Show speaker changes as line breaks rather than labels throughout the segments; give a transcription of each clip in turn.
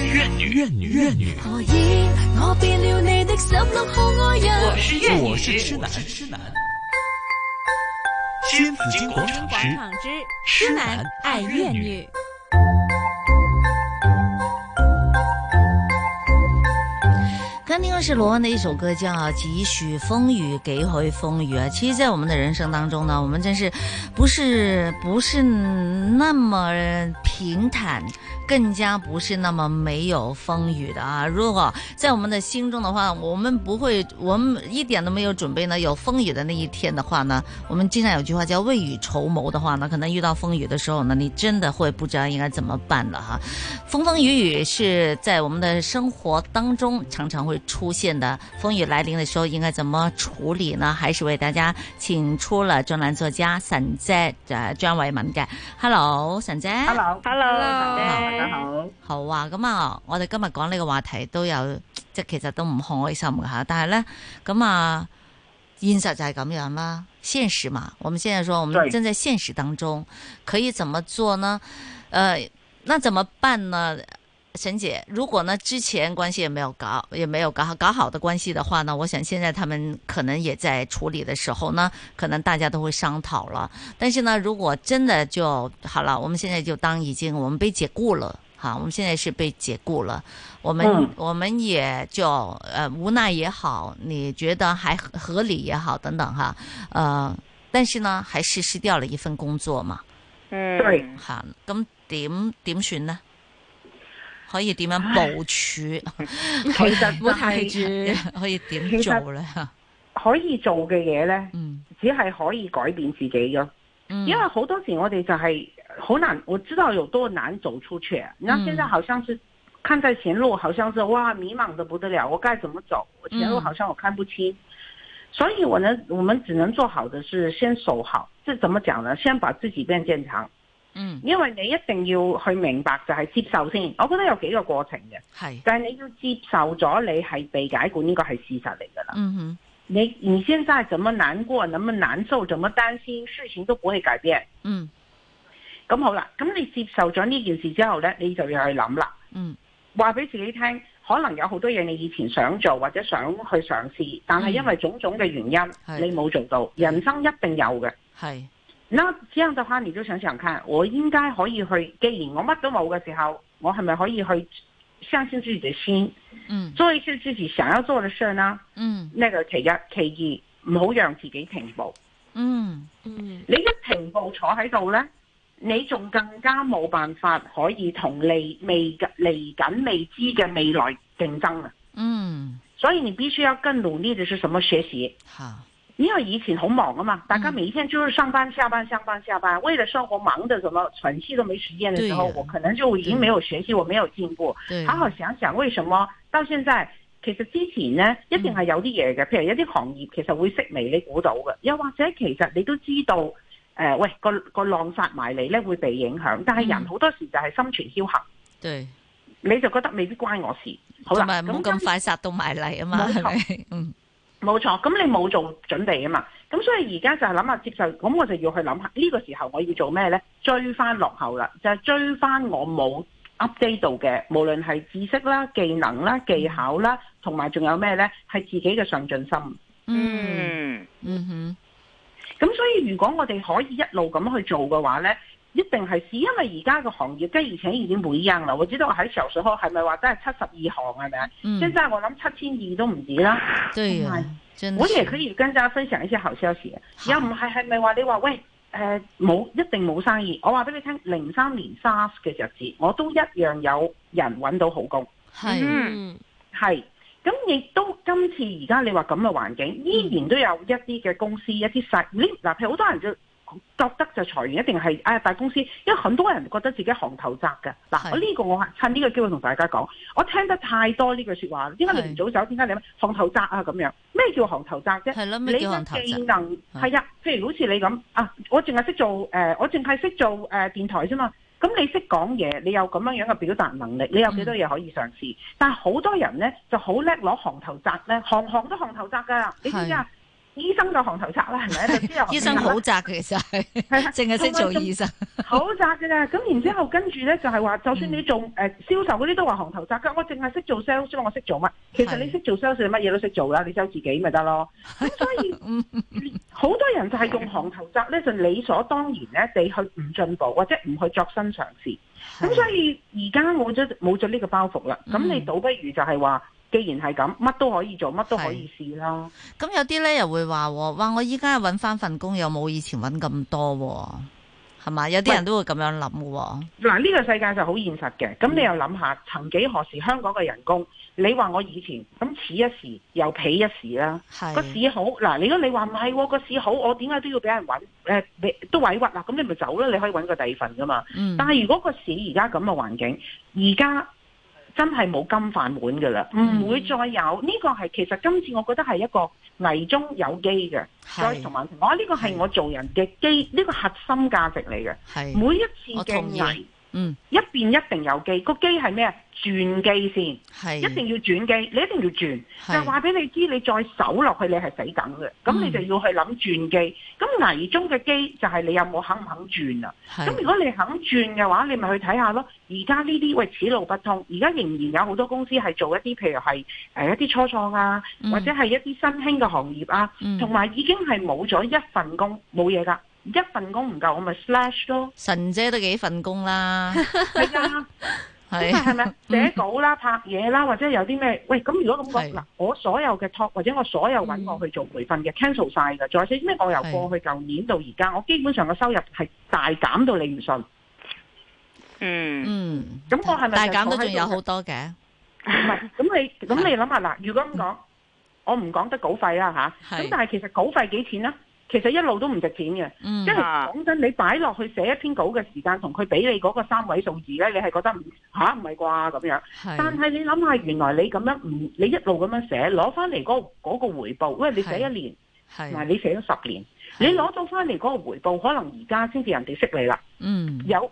怨女，怨女，
何以我變了你的十六號愛人？
是粤
我是痴男，
痴男。
新紫金广场
广
之
场之痴男爱粤女。
刚听的是罗文的一首歌，叫《几许风雨给回风雨》啊。其实，在我们的人生当中呢，我们真是不是不是那么平坦，更加不是那么没有风雨的啊。如果在我们的心中的话，我们不会，我们一点都没有准备呢，有风雨的那一天的话呢，我们经常有句话叫未雨绸缪的话呢，可能遇到风雨的时候呢，你真的会不知道应该怎么办了哈。风风雨雨是在我们的生活当中常常会出现的。风雨来临的时候，应该怎么处理呢？还是为大家请出了专栏作家神姐誒張偉敏嘅。Hello，神姐。
Hello，Hello，大家好。
好啊，咁啊，我哋今日講呢個話題都有，即係其實都唔開心嘅吓。但係咧，咁啊，現實就係咁樣啦，現實嘛。我們現在說，我們
對
正在現實當中，可以怎麼做呢？呃，那怎麼辦呢？沈姐，如果呢之前關係也沒有搞，也沒有搞好搞好的關係的話呢，我想現在他們可能也在處理的時候呢，可能大家都會商討了。但是呢，如果真的就好了，我们现在就当已经我们被解雇了，哈，我们现在是被解雇了，我们、
嗯
我们也就呃无奈也好，你觉得还合合理也好，等等哈，呃，但是呢，还是失掉了一份工作嘛，
嗯，
對
吓，咁點點算呢？可以點樣部 署？
其實
唔
就
好太住
係，
可以點做咧？
可以做嘅嘢咧，
嗯
只係可以改變自己咯。
嗯，
因為好多時我哋就係好難，我知道有多難走出去。然後現在好像是看在前路，好像是哇迷茫的不得了，我該怎麼走？我前路好像我看不清。所以我呢，我們只能做好的是先守好，即係怎麼講呢？先把自己變健康，
嗯
因為你一定要去明白就係接受先。我覺得有幾個過程嘅。
係，
但係你要接受咗你係被解雇，呢個係事實嚟㗎啦。
嗯哼，
你你現在怎麼難過，怎麼難受，怎麼擔心，事情都不會改變。
嗯
咁好啦，咁你接受咗呢件事之後呢，你就要去諗啦，
嗯
話俾自己聽，可能有好多嘢你以前想做或者想去嘗試，但係因為種種嘅原因，
係
你冇做到。人生一定有嘅。
係，
那這樣嘅話，你都想想看，我應該可以去，既然我乜都冇嘅時候，我係咪可以去相信自己嘅先，
嗯
做一些自己想要做嘅事呢？
嗯
呢個其一，其二唔好讓自己停步。
嗯
嗯
你一停步坐喺度呢，你仲更加冇辦法可以同你未嚟緊未知嘅未來競爭啊！
嗯，
所以你必須要更努力的是什麼學習？
好，
因為以前好忙啊嘛，大家每一天就是上班、下班、上班、下班，為了生活忙的什麼喘氣都沒時間的時候
對，呀
我可能就已經沒有學習，我沒有進步。
對，
好好想想為什麼到現在，其實之前呢，
嗯
一定係有啲嘢嘅，譬如一啲行業其實會息微，你估到嘅，又或者其實你都知道，誒、喂個個浪殺埋嚟咧會被影響，但係人
嗯
好多時就係心存僥倖，
對，
你就覺得未必關我事。好啦，
同埋唔好
跟
咁快殺到埋嚟啊嘛，
冇錯
係咪？ 嗯
冇錯，咁你冇做準備啊嘛，咁所以而家就係諗下接受，咁我就要去諗下呢個時候我要做咩呢？追翻落後啦，就係、追翻我冇 update 到嘅，無論係知識啦、技能啦、技巧啦，同埋仲有咩呢？係自己嘅上進心。咁
嗯
嗯，
嗯哼，
所以如果我哋可以一路咁去做嘅話呢，一定係是因為而家個行業跟以前已經唔一樣啦。我知道喺小時候係咪話真係七十二行係咪啊？現
嗯，
在我諗七千二都唔止啦。
對
同
呀
埋，
真
我
是
也可以跟大家分享一些好消息，
嗯好
又唔係係咪話你話喂誒冇、一定冇生意？我話俾你聽，零三年 SARS 嘅日子，我都一樣有人揾到好工，
係，
嗯
嗯
係。咁亦都今次而家你話咁嘅環
嗯
境，依然都有一啲嘅公司一啲細呢嗱，譬如好多人就覺得就裁員一定係啊大公司，因為很多人覺得自己行頭窄嘅。嗱，
係
我呢個我趁呢個機會同大家講，我聽得太多呢句説話啦，點解你唔早走？點解你咩行頭窄啊？咁樣咩叫行頭窄啫？
係咯，
你
咩叫行頭
嘅技
仔？
能係啊，譬如好似你咁啊，我淨係識做誒、呃我淨係識做誒、呃、電台啫嘛。咁你識講嘢，你有咁樣樣嘅表達能
嗯
力，你有幾多嘢可以嘗試？但係好多人咧就好叻攞行頭擲咧，行行都行頭擲㗎。你知唔知啊？醫生就行頭賊啦，係咪？就知道
醫生好窄嘅，其實 係
係啊啦
淨係識做醫生。
好窄嘅咋，咁然之後跟住咧就係話，就算
嗯
你做誒、呃、銷售嗰啲都話行頭窄㗎，我淨係識做 sales 啫嘛，我識做乜？其實
係
你識做 sales，你乜嘢都識做啦，你收自己咪得 咯。咁所以好多人就係用行頭窄咧，就理所當然咧，你去唔進步或者唔去作新嘗試。咁所以而家冇咗冇咗呢個包袱啦，咁
嗯
你倒不如就係話，既然係咁，乜都可以做，乜都可以試啦。
咁有啲咧又會話喎，哇！我依家揾翻份工又冇以前揾咁多喎，係嘛？有啲人都會咁樣諗嘅喎。
嗱，呢個世界就好現實嘅，
嗯
咁你又諗下，曾幾何時香港嘅人工，你話我以前咁此一時又彼一時啦，個
係
市好，嗱，如果你話唔係喎，個市好，我點解都要俾人揾？誒、俾都委屈啦，咁你咪走啦，你可以揾個第二份噶嘛。
嗯
但係如果個市而家咁嘅環境，而家真係冇金飯碗㗎啦，
嗯
唔會再有呢、個係其實今次我覺得係一個危中有機嘅，再同
係
埋我呢個係我做人嘅基，呢、個核心價值嚟嘅。
係，
每一
我
次嘅
同意
危
嗯
一邊一定有機，個機係咩啊？轉機先，
係，
一定要轉機，你一定要轉。就係
嗯係嗯
話俾你知，你再守落去，你係死梗嘅。咁你就要去諗轉機。咁危中嘅機就係你有冇肯唔肯轉啊？
係
咁如果你肯轉嘅話，你咪去睇下咯。而家呢啲喂此路不通，而家仍然有好多公司係做一啲譬如係誒一啲初創啊，
嗯
或者係一啲新興嘅行業啊，
嗯
同埋已經係冇咗一份工冇嘢㗎，一份工唔夠我咪 slash 咯，
神姐都幾份 工啦，
係㗎。
係
係咪啊寫稿啦、拍嘢啦，或者有啲咩？喂，咁如果咁
係嗯
講嗱，我所有嘅 talk 或者我所有揾我去做培訓嘅 cancel 晒㗎，再者咩？我由
係
過去舊年到而家，我基本上嘅收入係大減到你唔信。
嗯，
嗯。
咁我係咪
大
就
減都
坐喺
仲有
度
好多嘅？
唔係，咁你咁你諗下嗱，如果咁講，我唔講得稿費啦吓，
係
咁但係其實稿費幾錢呢？其實一路都唔值錢嘅，
嗯
即係講真，你擺落去寫一篇稿嘅時間，同佢俾你嗰個三位數字咧，你係覺得唔吓唔係啩咁樣？但
係
係你諗下，原來你咁樣唔，你一路咁樣寫，攞翻嚟嗰嗰個回報，喂，你寫一年，嗱
係
你寫咗十年，你攞到翻嚟嗰個回報，可能而家先至人哋識你啦，
嗯，
有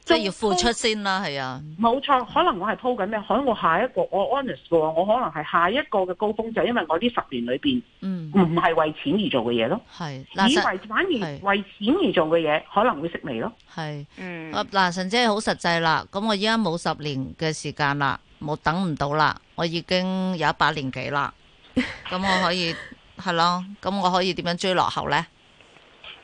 即係要付出先啦，係啊，
冇錯，可能我係鋪緊咩？可能我下一個我 honest 嘅喎，我可能係下一個嘅高峰就係因為我呢十年裏邊
嗯
唔係為錢而做嘅嘢咯，
係嗱
以為
神
反而
係
為錢而做嘅嘢可能會識你咯。
係。
嗯
啊嗱，神姐好實際啦，咁我而家冇十年嘅時間啦，冇等唔到啦，我已經有一把年紀啦，咁我可以係咯，咁我可以點樣追落後咧？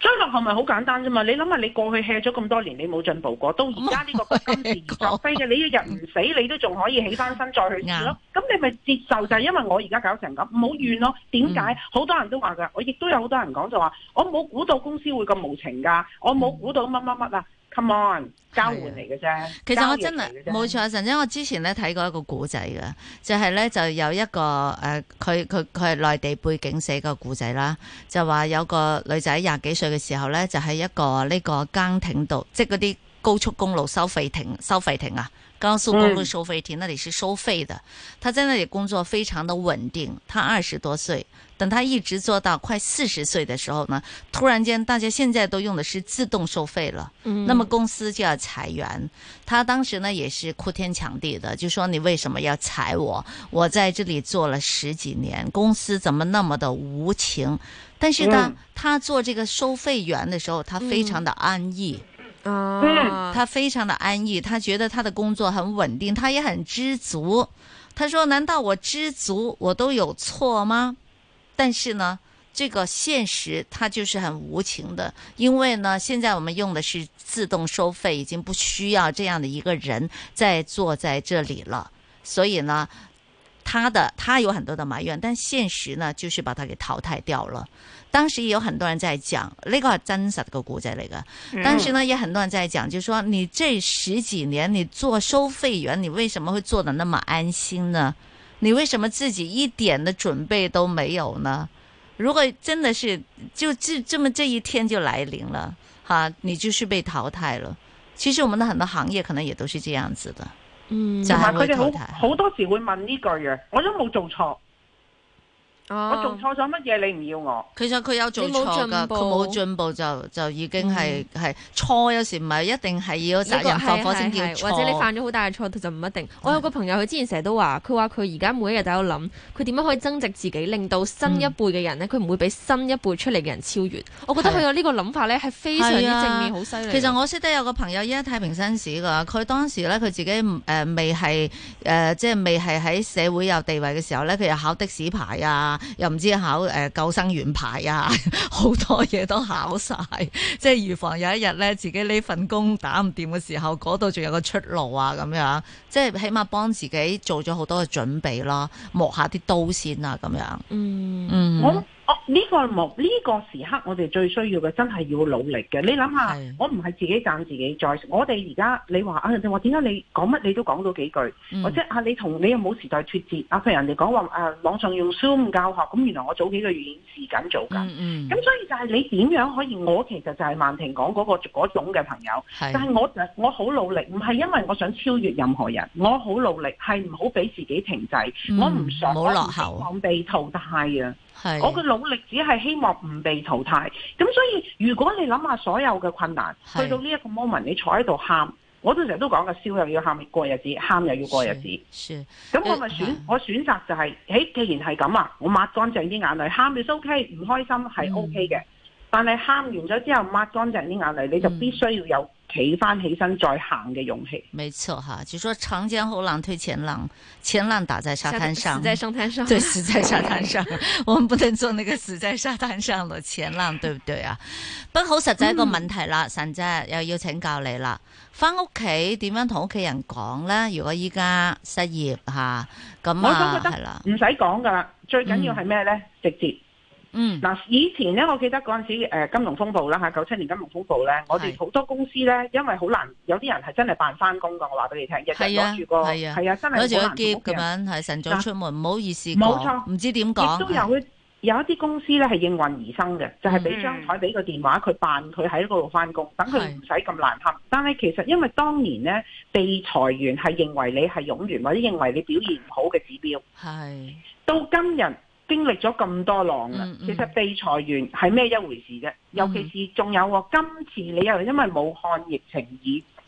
追落後咪好簡單啫嘛！你諗下，你過去 hea 咗咁多年，你冇進步過，到而家呢個不甘自 作非嘅，你一日唔死，你都仲可以起翻身再去試咯。咁你咪接受就係因為我而家搞成咁，唔好怨咯。點解
嗯？
好多人都話㗎，我亦都有好多人講就話，我冇估到公司會咁無情㗎，我
嗯
冇估到乜乜乜啊！Come on，交換嚟嘅啫。
其實
交
我
易
真
嚟
係
嘅啫
冇錯啊，神姐，我之前咧睇過一個古仔嘅，就係、咧就有一個誒，佢佢佢係內地背景寫個古仔啦，就話有個女仔廿幾歲嘅時候咧，就喺一個呢個更亭度，即係嗰啲高速公路收費亭、收費亭啊，高速公路
嗯
收費亭那裡是收費的。她在那裡工作非常的穩定，她二十多歲。等她一直做到快四十岁的时候呢，突然间大家现在都用的是自动收费了，嗯
嗯
那么公司就要裁员。他当时呢也是哭天抢地的，就说你为什么要裁我？我在这里做了十几年，公司怎么那么的无情？但是呢，
嗯
他做这个收费员的时候，他非常的安逸。
啊，
他非常的安逸，他觉得他的工作很稳定，他也很知足。他说：“难道我知足，我都有错吗？”但是呢，这个现实它就是很无情的，因为呢，现在我们用的是自动收费，已经不需要这样的一个人在坐在这里了。所以呢，他的他有很多的埋怨，但现实呢，就是把他给淘汰掉了。当时也有很多人在讲，呢个系真实嘅故仔嚟噶。
嗯
但是呢，也很多人在讲，就说你这十几年你做收费员，你为什么会做的那么安心呢？你为什么自己一点的准备都没有呢？如果真的是就这这么这一天就来临了，哈，你就是被淘汰了。其实我们的很多行业可能也都是这样子的，
嗯
就
同
係
埋佢哋
會淘汰
啊
哦
好好多時會問呢句嘅，我都冇做錯。
啊哦
我做錯咗乜嘢？你唔要我？
其實佢有做
你冇
錯
進
㗎，
步
佢冇進步就就已經係係錯，有時唔係一定係要責任
呢
放
個
火
係
先叫
係係
錯。
或者你犯咗好大嘅錯，佢就唔一定。我有個朋友，佢之前成日都話，佢話佢而家每一日都喺度諗，佢點樣可以增值自己，令到新一輩嘅人呢，佢唔會俾新一輩出嚟嘅人超越。我覺得佢有呢個諗法呢，係非常之
係啊
正面，好犀利。
其實我識得有個朋友依家太平紳士㗎，佢當時咧佢自己誒、呃未係誒、呃即係未係喺社會有地位嘅時候咧，佢又考的士牌啊，又唔知考誒、呃救生員牌啊， 好多嘢都考晒。即係預防有一日咧自己呢份工打唔掂嘅時候，嗰度仲有個出路啊咁樣，即係起碼幫自己做咗好多嘅準備咯，磨下啲刀先啊咁樣。
嗯
嗯，
我我呢、個冇呢、個時刻，我哋最需要嘅真係要努力嘅。你諗下
係，
我唔係自己讚自己 j 我哋而家你話啊，人哋話點解你講乜你都講到幾句，
嗯
或者啊你同你又冇時代脱節啊？譬如人哋講話啊網上用 Zoom 教學，咁原來我早幾個月已經試緊做㗎。
嗯嗯，
咁所以就係你點樣可以？我其實就係曼婷講嗰、個嗰種嘅朋友，
係
但係我就我好努力，唔係因為我想超越任何人，我好努力係唔好俾自己停滯，
嗯
我唔想
唔好落後
我唔希望被淘汰啊！
係
我嘅努力只係希望唔被淘汰。咁所以如果你諗下所有嘅困難，
係
去到呢一個 moment，你坐喺度喊，我都成日都講嘅，笑又要喊過日子，喊又要過日子。
是
咁我咪選
嗯
我選擇就係、誒，既然係咁啊，我抹乾淨啲眼淚，喊就 OK，唔開心
嗯
係 OK 嘅。但係喊完咗之後，抹乾淨啲眼淚，你就
嗯
必須要有企翻起身再行嘅勇氣。
没错哈，就说长江后浪推前浪，前浪打在沙滩上
死，在沙滩上。
对，死在沙滩上， 我们不能做那个死在沙滩上的前浪，對唔對啊？不過好實際一個問題
嗯
啦，神姐又要請教你啦。翻屋企點樣同屋企人講咧？如果依家失業吓，咁
我
啊
都覺
係
得
啦，
唔使講噶啦，最緊要係咩呢？直接
嗯
嗱，以前呢，我記得嗰陣時、呃、金融風暴啦嚇，九七年金融風暴呢，我哋
係
好多公司呢，因為好難，有啲人係真係扮翻工噶，我話俾你聽，日日
係啊
攞住個
係啊
係啊，真係
攞住
好難
個箧
同屋企
咁
人
樣，係晨早出門，唔好意思
冇
講，
錯
唔知點
亦都
講，
有有一啲公司咧係應運而生嘅，就係俾張
嗯
台俾個電話佢扮佢喺嗰度翻工，等佢
係
唔使咁難堪。但係其實因為當年咧被裁員係認為你係冗員或者認為你表現唔好嘅指標，
係
到今日經歷咗咁多浪啦，
嗯嗯嗯
其實被裁員係咩一回事啫？尤其是仲有喎，今次你又因為武漢疫情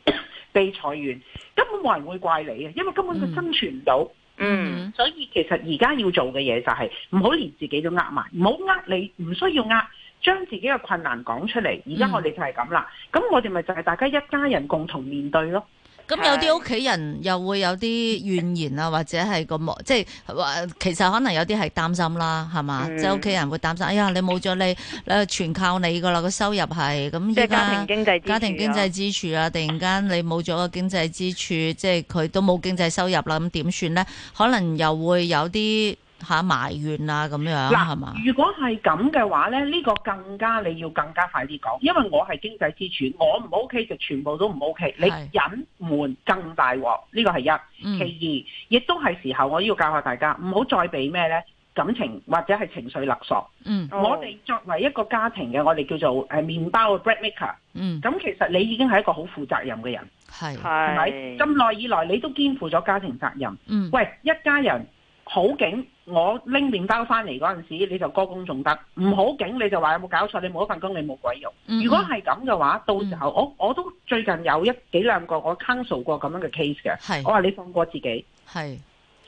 而 被裁員，根本冇人會怪你嘅，因為根本佢生存唔到。
嗯，
所以其實而家要做嘅嘢就係唔好連自己都呃埋，唔好呃你，唔需要呃，將自己嘅困難講出嚟。而
嗯
家我哋就係咁啦，咁、我哋咪就係大家一家人共同面對咯。
咁有啲屋企人又會有啲怨言啊，或者係個莫 即係話，其實可能有啲係擔心啦，係嘛？
嗯
即係屋企人會擔心，哎呀，你冇咗你，誒全靠你噶啦，個收入係咁
即
依
係家庭
家。
經濟支柱啊
家庭經濟支柱啊，突然間你冇咗個經濟支柱，即係佢都冇經濟收入啦，咁點算呢？可能又會有啲嚇埋怨啊咁樣，係嘛？
如果係咁嘅話咧，呢、個更加你要更加快啲講，因為我係經濟支柱，我唔 OK 就全部都唔 OK，你
係
隱瞞更大鑊，呢個係一。
嗯
其，二，亦都係時候我要教下大家，唔好再俾咩咧感情或者係情緒勒索。
嗯
哦
我哋作為一個家庭嘅，我哋叫做誒麵包嘅 bread maker。
嗯，
咁其實你已經係一個好負責任嘅人，
係，
係咪？
係
咁耐以來你都肩負咗家庭責任。
嗯，
喂，一家人好景，我拎麵包翻嚟嗰陣時，你就歌功頌德；唔好景你就話有冇搞錯？你冇一份工，你冇鬼用。
嗯
如果係咁嘅話，到時候我我都最近有一幾兩個我 counsel 過咁樣嘅 case 嘅，我
嗯係
話你放過自己，
係，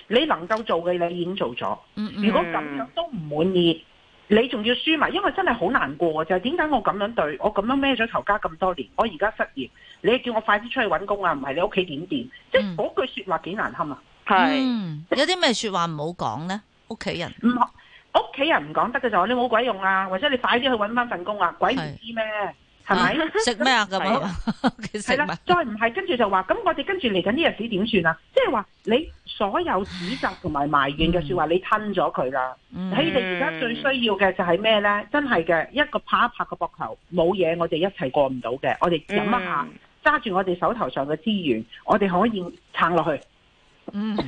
你能夠做嘅你已經做咗。
嗯
如
嗯
果咁樣都唔滿意，你仲要輸埋，因為真係好難過就係點解我咁樣對我咁樣孭咗頭家咁多年，我而家失業，你叫我快啲出去揾工啊，唔係你屋企點掂？即係
嗯
嗰句説話幾難堪啊！
係
嗯，有啲咩説話唔好講呢？屋企人。
唔好屋企人唔講得嘅就話你冇鬼用啊，或者你快啲去揾翻份工啊，鬼唔知咩？係咪？
食咩啊？咁啊， 佢食
係啦
咩？，
再唔係跟住就話，咁我哋跟住嚟緊呢日子點算啊？即係話你所有指責同埋埋怨嘅説話，你吞咗佢啦。
嗯
喺你而家最需要嘅就係咩呢？真係嘅，一個拍一拍個膊頭，冇嘢我哋一齊過唔到嘅，我
嗯
哋飲一
嗯
下，揸住我哋手頭上嘅資源，我哋可以撐落去。
嗯，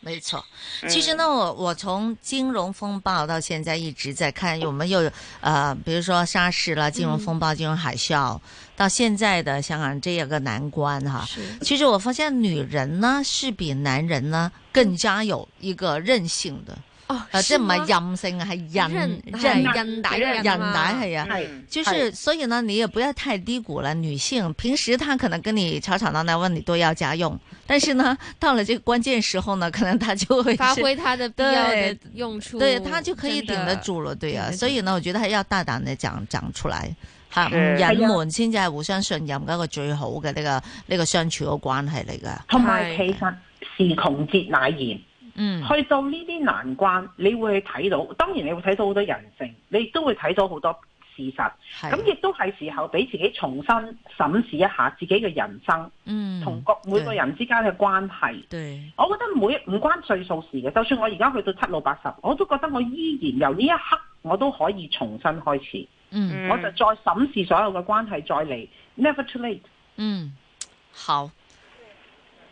没错。
嗯
其实呢，我我从金融风暴到现在一直在看，我们又有呃，比如说沙士啦、金融风暴、金融海啸，到现在的香港这个难关哈。
是
其实我发现女人呢是比男人呢更加有一个韧性的，
哦，
啊，即係唔
是嗎
係任性啊，係
韧
人
韧啊
人
韧带
韧
韧
带係啊。
係
嗯
就是，所以呢，你也不要太低估了女性。平时她可能跟你吵吵闹闹，问你多要家用，但是呢，到了这个关键时候呢，可能她就会
发
是
挥它的必要的用处，
对她就可以顶
真的。
得住了，对啊。
对对
所以呢，我覺得係要大膽地講講出嚟，吓唔
哎
是
隱瞞先至係互相信任嘅一個最好嘅呢個呢個相處嘅關係嚟噶。
同埋
係
其實時窮節乃現，
嗯，
去到呢啲難關，你會睇到，當然你會睇到好多人性，你亦都會睇到好多事實。
係
咁亦都係時候俾自己重新審視一下自己嘅人生，
嗯
同各每個人之間嘅關係。
對
我覺得每唔關歲數事嘅，就算我而家去到七老八十，我都覺得我依然由呢一刻我都可以重新開始，
嗯。
嗯
我就再審視所有嘅關係再嚟，never too late。
嗯，好。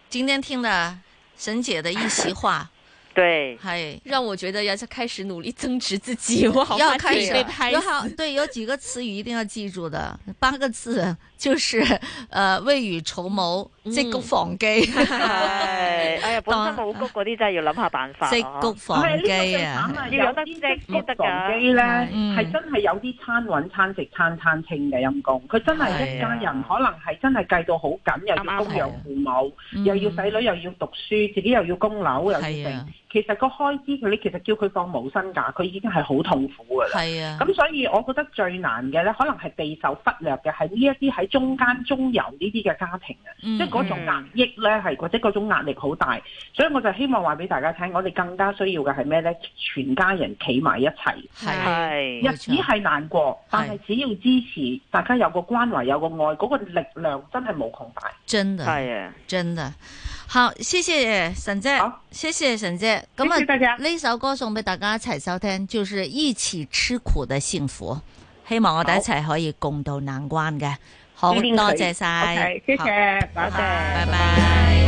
今天听了沈姐的一 席话，
对，
还
让我觉得要开始努力增值自己，我好
要
怕
开
自己
始
被拍
有
死。
好对，有几个词语一定要记住的，八个字就是呃未雨绸缪，积谷防饑，
哎哎呀，本
當
身冇谷嗰啲真係要諗下辦法啊
積
咯
谷
我
防
係呢個最
饑啊
慘！啊！
要
有
有得
啲
積
積
得
得
㗎
房機咧，
嗯
係真係有啲餐揾餐食，餐餐清嘅陰公。佢真係一家
係啊
人，可能係真係計到好緊，又要供養父母，
嗯
又要仔女，又要讀書，自己又要供樓，又要
係啊
剩。其實個開支佢，你其實叫佢放無薪假，佢已經係好痛苦㗎啦。
係啊，
咁所以，我覺得最難嘅咧，可能係備受忽略嘅，係呢一啲喺中間中游呢啲嘅家庭啊，
嗯
即係嗰種壓抑咧，係或者嗰種壓力好大。所以我就希望話俾大家聽，我哋更加需要嘅係咩咧？全家人企埋一齊，
係
係
日
冇錯
子係難過，但係
係
只要支持，大家有個關懷，有個愛，嗰、個力量真係無窮大。
真的
係啊，
真的。好，謝謝沈姐
好，
謝謝沈姐。咁
謝謝大家
啊，呢首歌送俾大家一齊收聽，就是《一起吃苦的幸福》，希望我哋一齊可以共度難關嘅。好多謝晒，
OK，謝謝，
好，
拜拜。
拜拜。